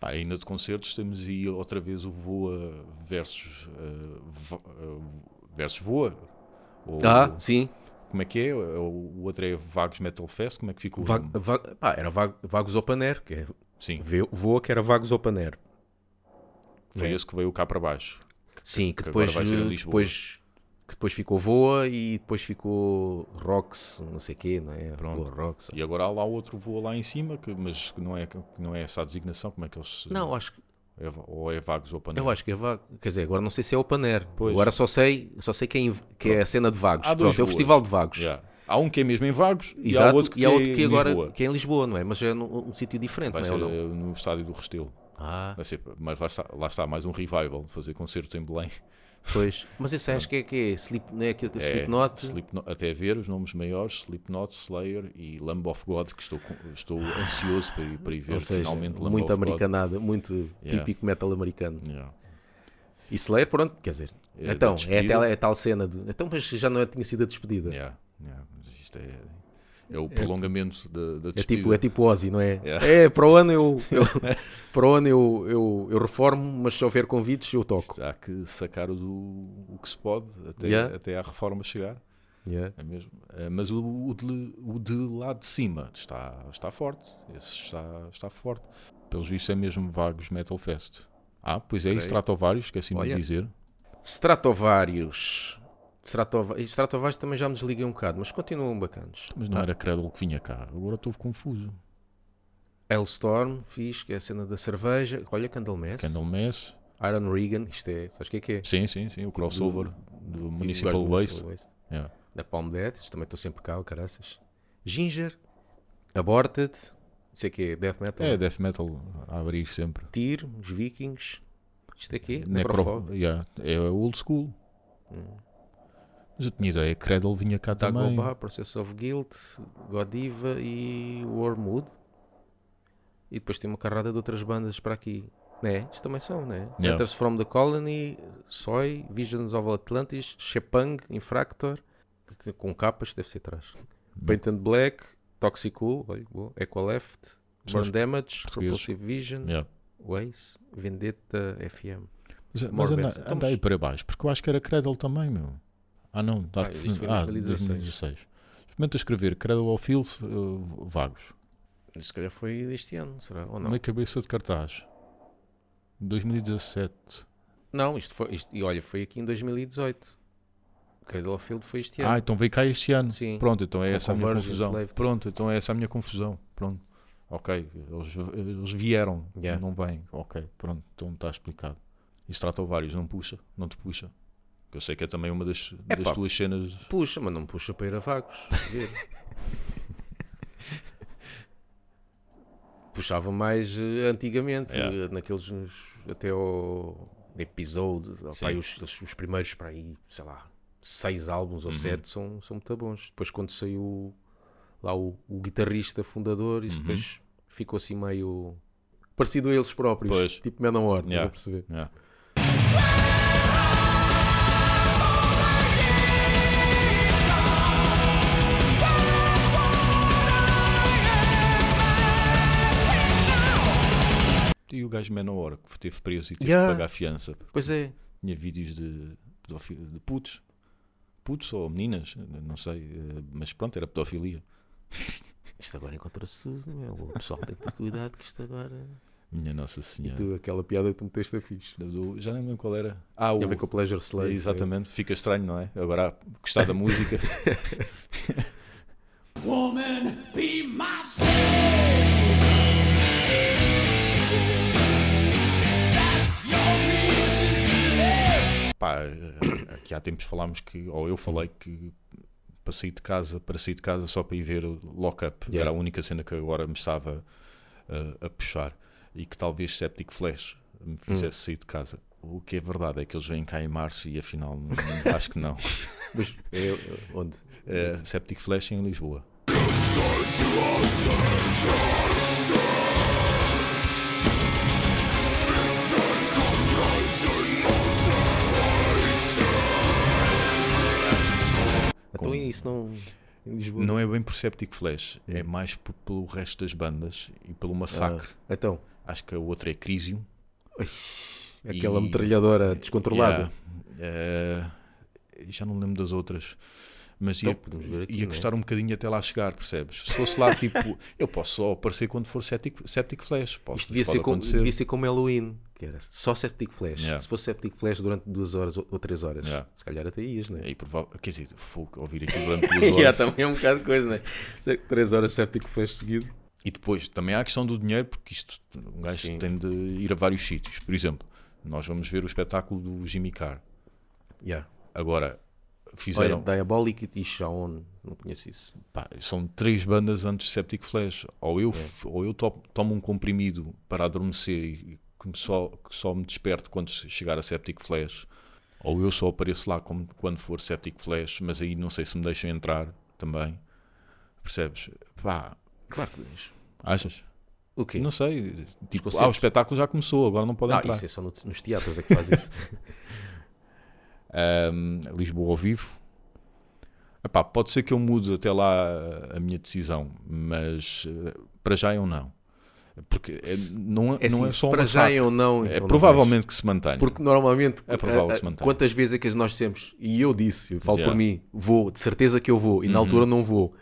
Pá, ainda de concertos temos aí outra vez o Voa versus, eh, vo- eh, versus Voa. Ou- Ah, sim. Como é que é? O o outro é Vagos Metal Fest. Como é que fica o Va- nome? va- pá, era va- Vagos Opaner, que é, Sim, vê- voa que era Vagos Opaner. foi É. esse que veio cá para baixo. Sim, que que depois, agora vai ser em Lisboa. depois, que depois ficou Voa e depois ficou Rox, não sei quê, não é? Pronto. Voa, Rox. E agora há lá outro Voa lá em cima, que, mas que não é, que não é essa a designação. Como é que eles... se- Não, acho que, É, ou é Vagos ou Panel? eu acho que é Vagos. Quer dizer, agora não sei se é Opaner. Pois. Agora só sei, só sei que é, em- que é a cena de Vagos. Há dois Pronto, é o Voas. Festival de Vagos. Yeah. Há um que é mesmo em Vagos e há Exato, outro que, e há outro é que, em agora Lisboa. que é em Lisboa, não é? Mas é num, um sítio diferente, Vai não é? ser Ou não? eh, no estádio do Restelo. Ah, Vai ser- mas lá está, lá está mais um revival, fazer concertos em Belém. pois. Mas esse acho que é que é Sleep, não é aquele que é Slipknot? Slipknot- até ver os nomes maiores, Slipknot, Slayer e Lamb of God, que estou, com- estou ansioso para, ir- para ir ver Ou seja, finalmente Lamb of muito americanada, muito Yeah. típico metal americano. God. Yeah. E Slayer, pronto, quer dizer, É, da então, é despedida. tal, é tal cena de. Então, mas já não é- tinha sido a despedida. Yeah. Yeah. Mas Isto é, é o prolongamento da, da É tipo, é despedida. tipo Ozzy, não é? Yeah. É, para o ano, eu, eu, para o ano eu, eu, eu reformo, mas se houver convites eu toco. Isto Há que sacar o, do- o que se pode até, Yeah. até à reforma chegar. Yeah. É mesmo. Eh, Mas o, o de, o de lá de cima está, está forte. Esse está, está forte. Pelos vistos é mesmo Vagos Metal Fest. Ah, pois é, Ok. isso trata vários, esqueci-me Olha. de dizer. Stratovarius. Stratova- e Stratovarius também já me desliguei um bocado, mas continuam bacanas. Mas não Ah, era Cradle que vinha cá. Agora estou confuso. Hellstorm, fiz, que é a cena da cerveja. Olha, Candlemass. Candlemass. Iron Regan, isto é, sabes o que é que é? Sim, sim, sim. O crossover do, Municipal Gosto do Waste. É. Municipal Waste. Yeah. Da Palm Dead, isto também estou sempre cá, o caraças. Ginger, Aborted, não sei o que é, Death Metal. É, Death Metal a abrir sempre. Tyr, os Vikings. Isto aqui, Necro... Necrofog. Yeah. É old school. Hum. Mas eu tinha ideia. Cradle vinha cá Tá também. Dagobah, Process of Guilt, Godiva e Wormwood. E depois tem uma carrada de outras bandas para aqui. Né? Isto também são, né? Yeah. Letters from the Colony, Soy, Visions of Atlantis, Shepang, Infractor, que- com capas deve ser atrás. Hum. Paint and Black, Toxicool, olha, boa, Echo Left, São Burn os Damage, portugueses. Repulsive Vision, Yeah. Waze, Vendetta FM. Mas, mas Morgan, anda, então, anda aí mas- para baixo, porque eu acho que era Cradle também, meu. Ah não, Dark Ah, isso foi em ah, 2016. 2016. Experimenta escrever Cradle of Filth eh, Vagos. Se calhar foi este ano, será? Ou não? Na cabeça de cartaz. 2017. Não, isto foi. Isto, e olha, foi aqui em 2018. Cradle of Field foi este Ah, ano. então veio cá este ano. Sim. Pronto, então é Com essa a minha Converge confusão. Enslaved. Pronto, então é essa a minha confusão. Pronto. Ok, eles, eles vieram, Yeah. não vêm. Ok, pronto, então está explicado. Isso trata vários, não puxa, não te puxa. Eu sei que é também uma das, das Epá. tuas cenas. Puxa, mas não me puxa para ir a vagos. ver. Puxava mais eh, antigamente, Yeah. eh, naqueles nos- até ao episódio, ó, Sim. pá, aí os, os- os primeiros para aí, sei lá, seis álbuns ou Uhum. sete são, são muito bons. Depois quando saiu lá o, o guitarrista fundador, Uhum. isso depois ficou assim meio parecido a eles próprios, Pois. tipo Menor, estás Yeah. a perceber? Yeah. E o gajo Menor que esteve preso e teve Yeah. que pagar fiança. Pois é, Tinha vídeos de, pedofi- de putos. Putos ou meninas, não sei. eh, Mas pronto, era pedofilia. Isto agora encontra-se tudo, meu. O pessoal tem que ter cuidado que isto agora. Minha Nossa Senhora. Tu, aquela piada que tu meteste a fixe. Do- Já nem lembro qual era. Ah, o, Tem a ver com o Pleasure Slave. É, exatamente, fica estranho, não é? Agora, ah, gostar da música. Woman, be my slave. That's your reason to live. Pá, eh, aqui há tempos falámos que, ou eu falei que para sair de casa, para sair de casa só para ir ver o Lock Up. Yeah. Era a única cena que agora me estava ah, a puxar e que talvez Septic Flash me fizesse sair de casa. O que é verdade é que eles vêm cá em março e afinal não- acho que não. Mas é onde? Eh, Septic Flash em Lisboa. Então e isso não. Em Lisboa. Não é bem por Septic Flash, é Hum. mais p- pelo resto das bandas e pelo massacre. Então, Acho que a outra é Crisium. aquela E- metralhadora descontrolada. Yeah. Eh, já não lembro das outras. Mas Então, ia, podemos ver aqui, ia não é? custar um bocadinho até lá chegar, percebes? Se fosse lá, tipo, eu posso só aparecer quando for Septic, septic Flash. Posso, Isto devia pode ser, como, acontecer. devia ser como Halloween, que era só Septic Flash. Yeah. Se fosse Septic Flash durante duas horas ou ou três horas, Yeah. se calhar até ias, né? E aí, provável- quer dizer, fogo, ouvir aquilo durante duas horas. Yeah, também é um bocado de coisa, né? Se- Três horas de Septic Flash seguido. E depois, também há a questão do dinheiro, porque isto, um gajo Sim. tem de ir a vários sítios. Por exemplo, nós vamos ver o espetáculo do Jimmy Carr. Yeah. Agora, Olha, fizeram. Diabolic e Shaon, não conheço isso. pá, são três bandas antes de Septic Flash. Ou É. eu, f- ou eu to- tomo um comprimido para adormecer e que me só, que só me desperto quando se- chegar a Septic Flash. Ou eu só apareço lá como- quando for Septic Flash, mas aí não sei se me deixam entrar também. Percebes? Pá, Claro que tens. achas? O quê? Não sei. Tipo, ah, o concertos? espetáculo já começou, agora não podem ah, entrar. isso é só no- nos teatros é que faz isso. Ahm, Lisboa ao vivo. Epá, pode ser que eu mude até lá a minha decisão, mas eh, para já eu não. Porque é- não, é, É não assim, é se só um para já massacre. ou não. É então não provavelmente que se mantenha. vais. Porque normalmente, É provável a- a- se manter. quantas vezes é que nós dissemos, e eu disse, eu falo Yeah. por mim, vou, de certeza que eu vou, e na Uhum. altura não vou.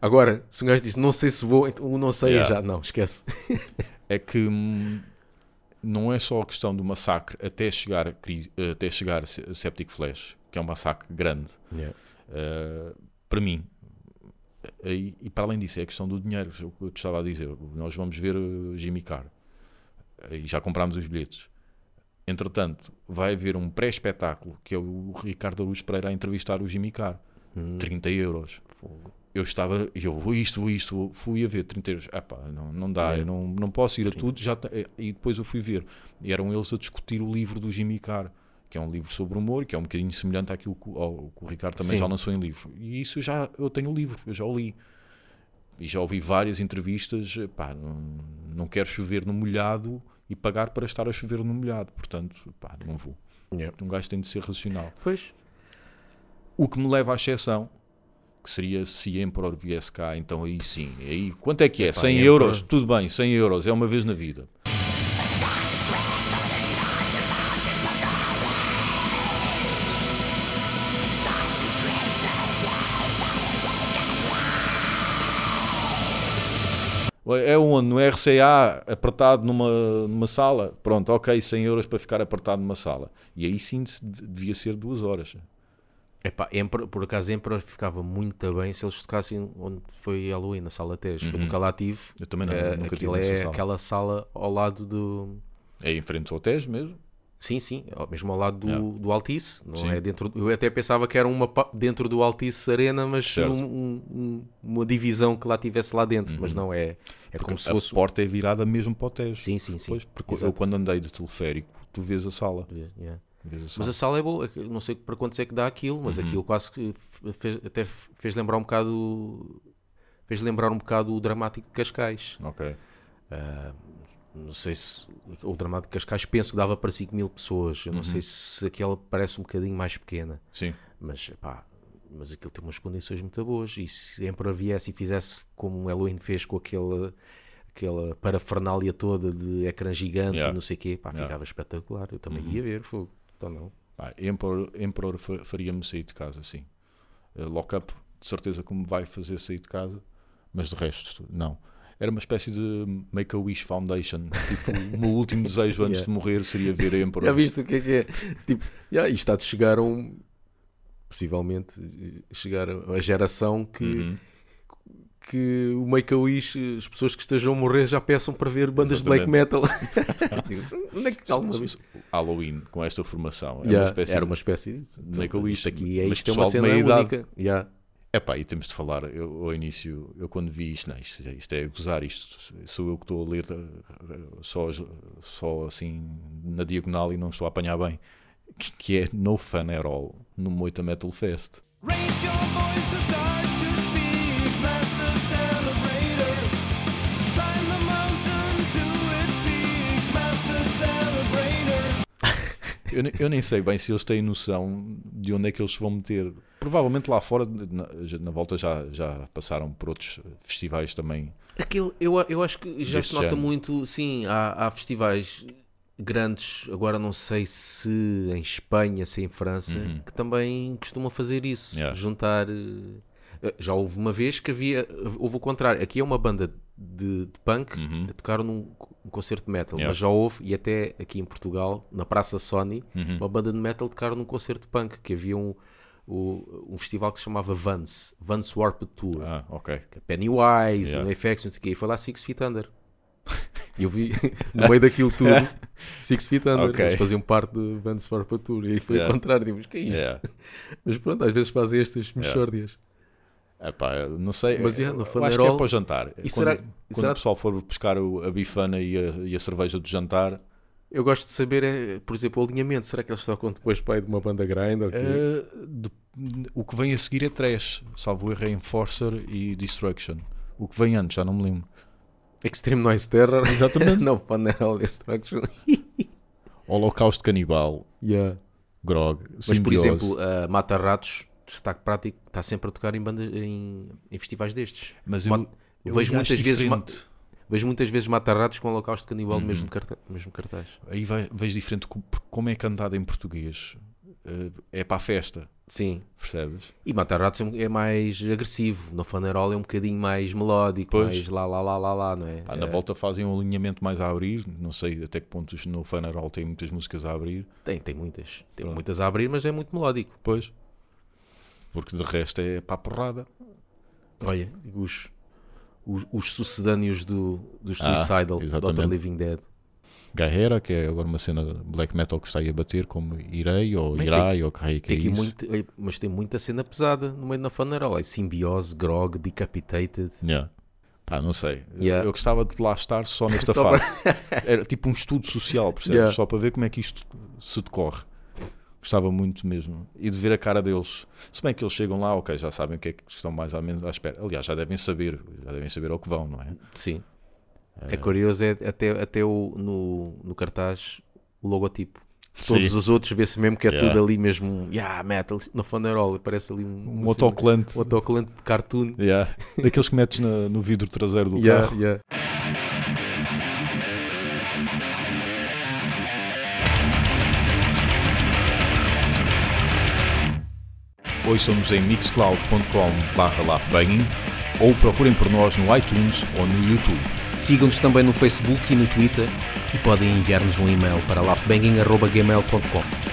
Agora, se um gajo diz, não sei se vou, então o não sei é Yeah. já, não, esquece. É que hum, não é só a questão do massacre até chegar, a cri- até chegar a se- a Septic Flash, que é um massacre grande. Uh, para mim. eh, E, e para além disso, é a questão do dinheiro, é o que eu te estava a dizer. Nós vamos ver uh, Jimmy Carr eh, e já comprámos os bilhetes. Entretanto, vai haver um pré-espetáculo que é o Ricardo Aruz Pereira a entrevistar o Jimmy Carr. 30 euros. Uhum. Fogo. Eu estava, eu vou isto, vou isto, vou- fui a ver 30 euros. Ah, pá, não, não dá, eu não, não posso ir a tudo. Já ta- e depois eu fui ver. E eram eles a discutir o livro do Jimmy Carr, que é um livro sobre humor, que é um bocadinho semelhante àquilo que, o- ao que o Ricardo também Sim. já lançou em livro. E isso já, eu tenho o livro, eu já o li. E já ouvi várias entrevistas. eh, Pá, não, não quero chover no molhado e pagar para estar a chover no molhado. Portanto, pá, não vou. Yeah. Um gajo tem de ser racional. Pois, O que me leva à exceção, que seria se Emperor viesse cá, então aí sim. Aí, quanto é que é? Epá, 100 Emperor. euros? Tudo bem, 100 euros, é uma vez na vida. É onde? No RCA, apertado numa, numa sala? Pronto, ok, 100 euros para ficar apertado numa sala. E aí sim se- devia ser duas horas. Epá, Emperor- por acaso Emperor ficava muito bem se eles tocassem onde foi Halloween, na sala 3, que eu nunca lá tive. Uhum. Eu também não, Eh, nunca tive aquilo nessa é sala. aquela sala ao lado do. É em frente ao Tejo mesmo? Sim, sim, ao- mesmo ao lado do, Yeah. do Altice. Não Sim. é dentro, eu até pensava que era uma pa- dentro do Altice Arena, mas Certo. um- um- um- uma divisão que lá tivesse lá dentro. Mas não é. É como se Uhum. a fosse. porta é virada mesmo para o Tejo. Sim, sim, sim. Pois, porque eu Exato. quando andei de teleférico, tu vês a sala. Yeah. Vês a sala. Mas a sala é boa, é que eu não sei para quantos é que dá aquilo, Uhum. mas aquilo quase que f- fez, até f- fez lembrar um bocado. Fez lembrar um bocado o dramático de Cascais. Ok. Não sei se o dramático de Cascais penso que dava para 5 mil pessoas. Uhum. Eu não sei se aquela parece um bocadinho mais pequena. Sim. Mas, pá, mas aquilo tem umas condições muito boas. E se Emperor viesse e fizesse como o Halloween fez com aquela, aquela parafernália toda de ecrã gigante Yeah. e não sei o quê, pá, Yeah. Uhum. ficava espetacular. Eu também ia ver, fogo. Então não. Pá, Emperor, Emperor fa- faria-me sair de casa, sim. Eh, Lock-up, de certeza que me vai fazer sair de casa, mas de resto, não. Era uma espécie de Make-A-Wish Foundation. Tipo, o meu último desejo antes Yeah. de morrer seria ver Emperor. Já viste o que é que é? Tipo, yeah, isto está de chegar a um. Possivelmente eh, chegar a a geração que, Uhum. que o Make-A-Wish, as pessoas que estejam a morrer já peçam para ver bandas de black metal. Digo, Onde é que alguma Se- vez- se- Halloween, com esta formação, é uma Yeah, espécie era de- uma espécie disso. Não é que eu Então, isto, isto aqui é mas isto é uma pessoal de cena meia idade. única. Yeah. Epá, e temos de falar, eu, ao início, eu quando vi isto, não, isto, isto é gozar, isto sou eu que estou a ler eh, só, as- só assim na diagonal e não estou a apanhar bem, que, que é No Fun At All, no Moita Metal Fest. Raise your voices, start to speak, master celebrator. Climb the mountain to its peak, master celebrator. Eu, ne- eu nem sei bem se eles têm noção de onde é que eles se vão meter. Provavelmente lá fora, na, já- na volta, já, já passaram por outros festivais também. Aquilo, eu, a- eu acho que já Deste se nota género. muito, sim, há, há festivais grandes, agora não sei se em Espanha, se em França, Uhum. que também costuma fazer isso, Yeah. juntar... eh, Já houve uma vez que havia, houve o contrário, aqui é uma banda de, de punk Uhum. a tocar num co- um concerto de metal, Yeah. mas já houve, e até aqui em Portugal, na Praça Sony, Uhum. uma banda de metal tocar num concerto de punk, que havia um, o- um festival que se chamava Vans, Vans Warped Tour. Ah, ok. Pennywise, Yeah. NFX, não sei o quê. E foi lá Six Feet Under. E eu vi no meio daquilo tudo Six Feet Under. Ok. Eles faziam parte do Band Warped Tour. E aí foi Yeah. ao contrário. Digo, mas que é isto? Yeah. Mas pronto, às vezes fazem estas mexórdias. Epá, eu não sei. Mas, yeah, eu no acho que é Fanderol- para o jantar. quando será- e quando será- o pessoal for buscar o- a bifana e a, e a cerveja do jantar, Eu gosto de saber, é, por exemplo, o alinhamento. Será que eles tocam depois pai, de uma banda grind? Ou quê? eh, de- o que vem a seguir é trash. Salvo erro, é Enforcer e Destruction. O que vem antes, já não me lembro. Extreme Noise Terror. Exatamente. não, Funeral Destruction. Holocausto Canibal, Yeah. Grog, Mas, por Simbiose. exemplo, a Mata Ratos, destaque prático, está sempre a tocar em, bandas, em, em festivais destes. Mas Ma- eu, eu vejo acho muitas vezes ma- diferente. Uhum. Vejo muitas vezes Matarratos com Holocausto Canibal no mesmo carta- mesmo cartaz. Aí vai- vejo diferente co- porque como é cantado em português. eh, É para a festa, Sim. percebes? E Matarratos é um- é mais agressivo. No Fanerol é um bocadinho mais melódico, Pois. mais lá, lá, lá, lá, lá, não é? Pá, Na É, volta fazem um alinhamento mais a abrir. Não sei até que pontos no Fanarol tem muitas músicas a abrir. Tem, tem muitas. Tem Pronto. muitas a abrir, mas é muito melódico. Pois. Porque de resto é para a porrada. Olha, os, os, os sucedâneos do, dos Ah, Suicidal, exatamente. Dr. Living Dead. Guerreira, que é agora uma cena de black metal que está aí a bater, como Irei ou Bem, Irai ou Carrei que é Tem aqui isso. muito, é, mas tem muita cena pesada no meio da Fanerol. É simbiose, grog, decapitated. Yeah. Pá, não sei. Eu- Yeah. Eu gostava de lá estar só nesta Só para- fase. Era tipo um estudo social, percebes? Yeah. Só para ver como é que isto se decorre. Gostava muito mesmo. E de ver a cara deles. Se bem que eles chegam lá, ok, já sabem o que é que estão mais ou menos à espera. Aliás, já devem saber, já devem saber ao que vão, não é? Sim. É, curioso, é até, até o, no, no cartaz o logotipo. Todos os outros vê-se mesmo que é Yeah. tudo ali mesmo. Yeah, metal, no funeral, aparece ali um, Um uma cena- autocolante. um autocolante de cartoon. Yeah. Daqueles que metes na- no vidro traseiro do Yeah, carro. yeah. Ouçam-nos em mixcloud.com/laughbanging ou procurem por nós no iTunes ou no YouTube. Sigam-nos também no Facebook e no Twitter e podem enviar-nos um e-mail para laughbanging.gmail.com.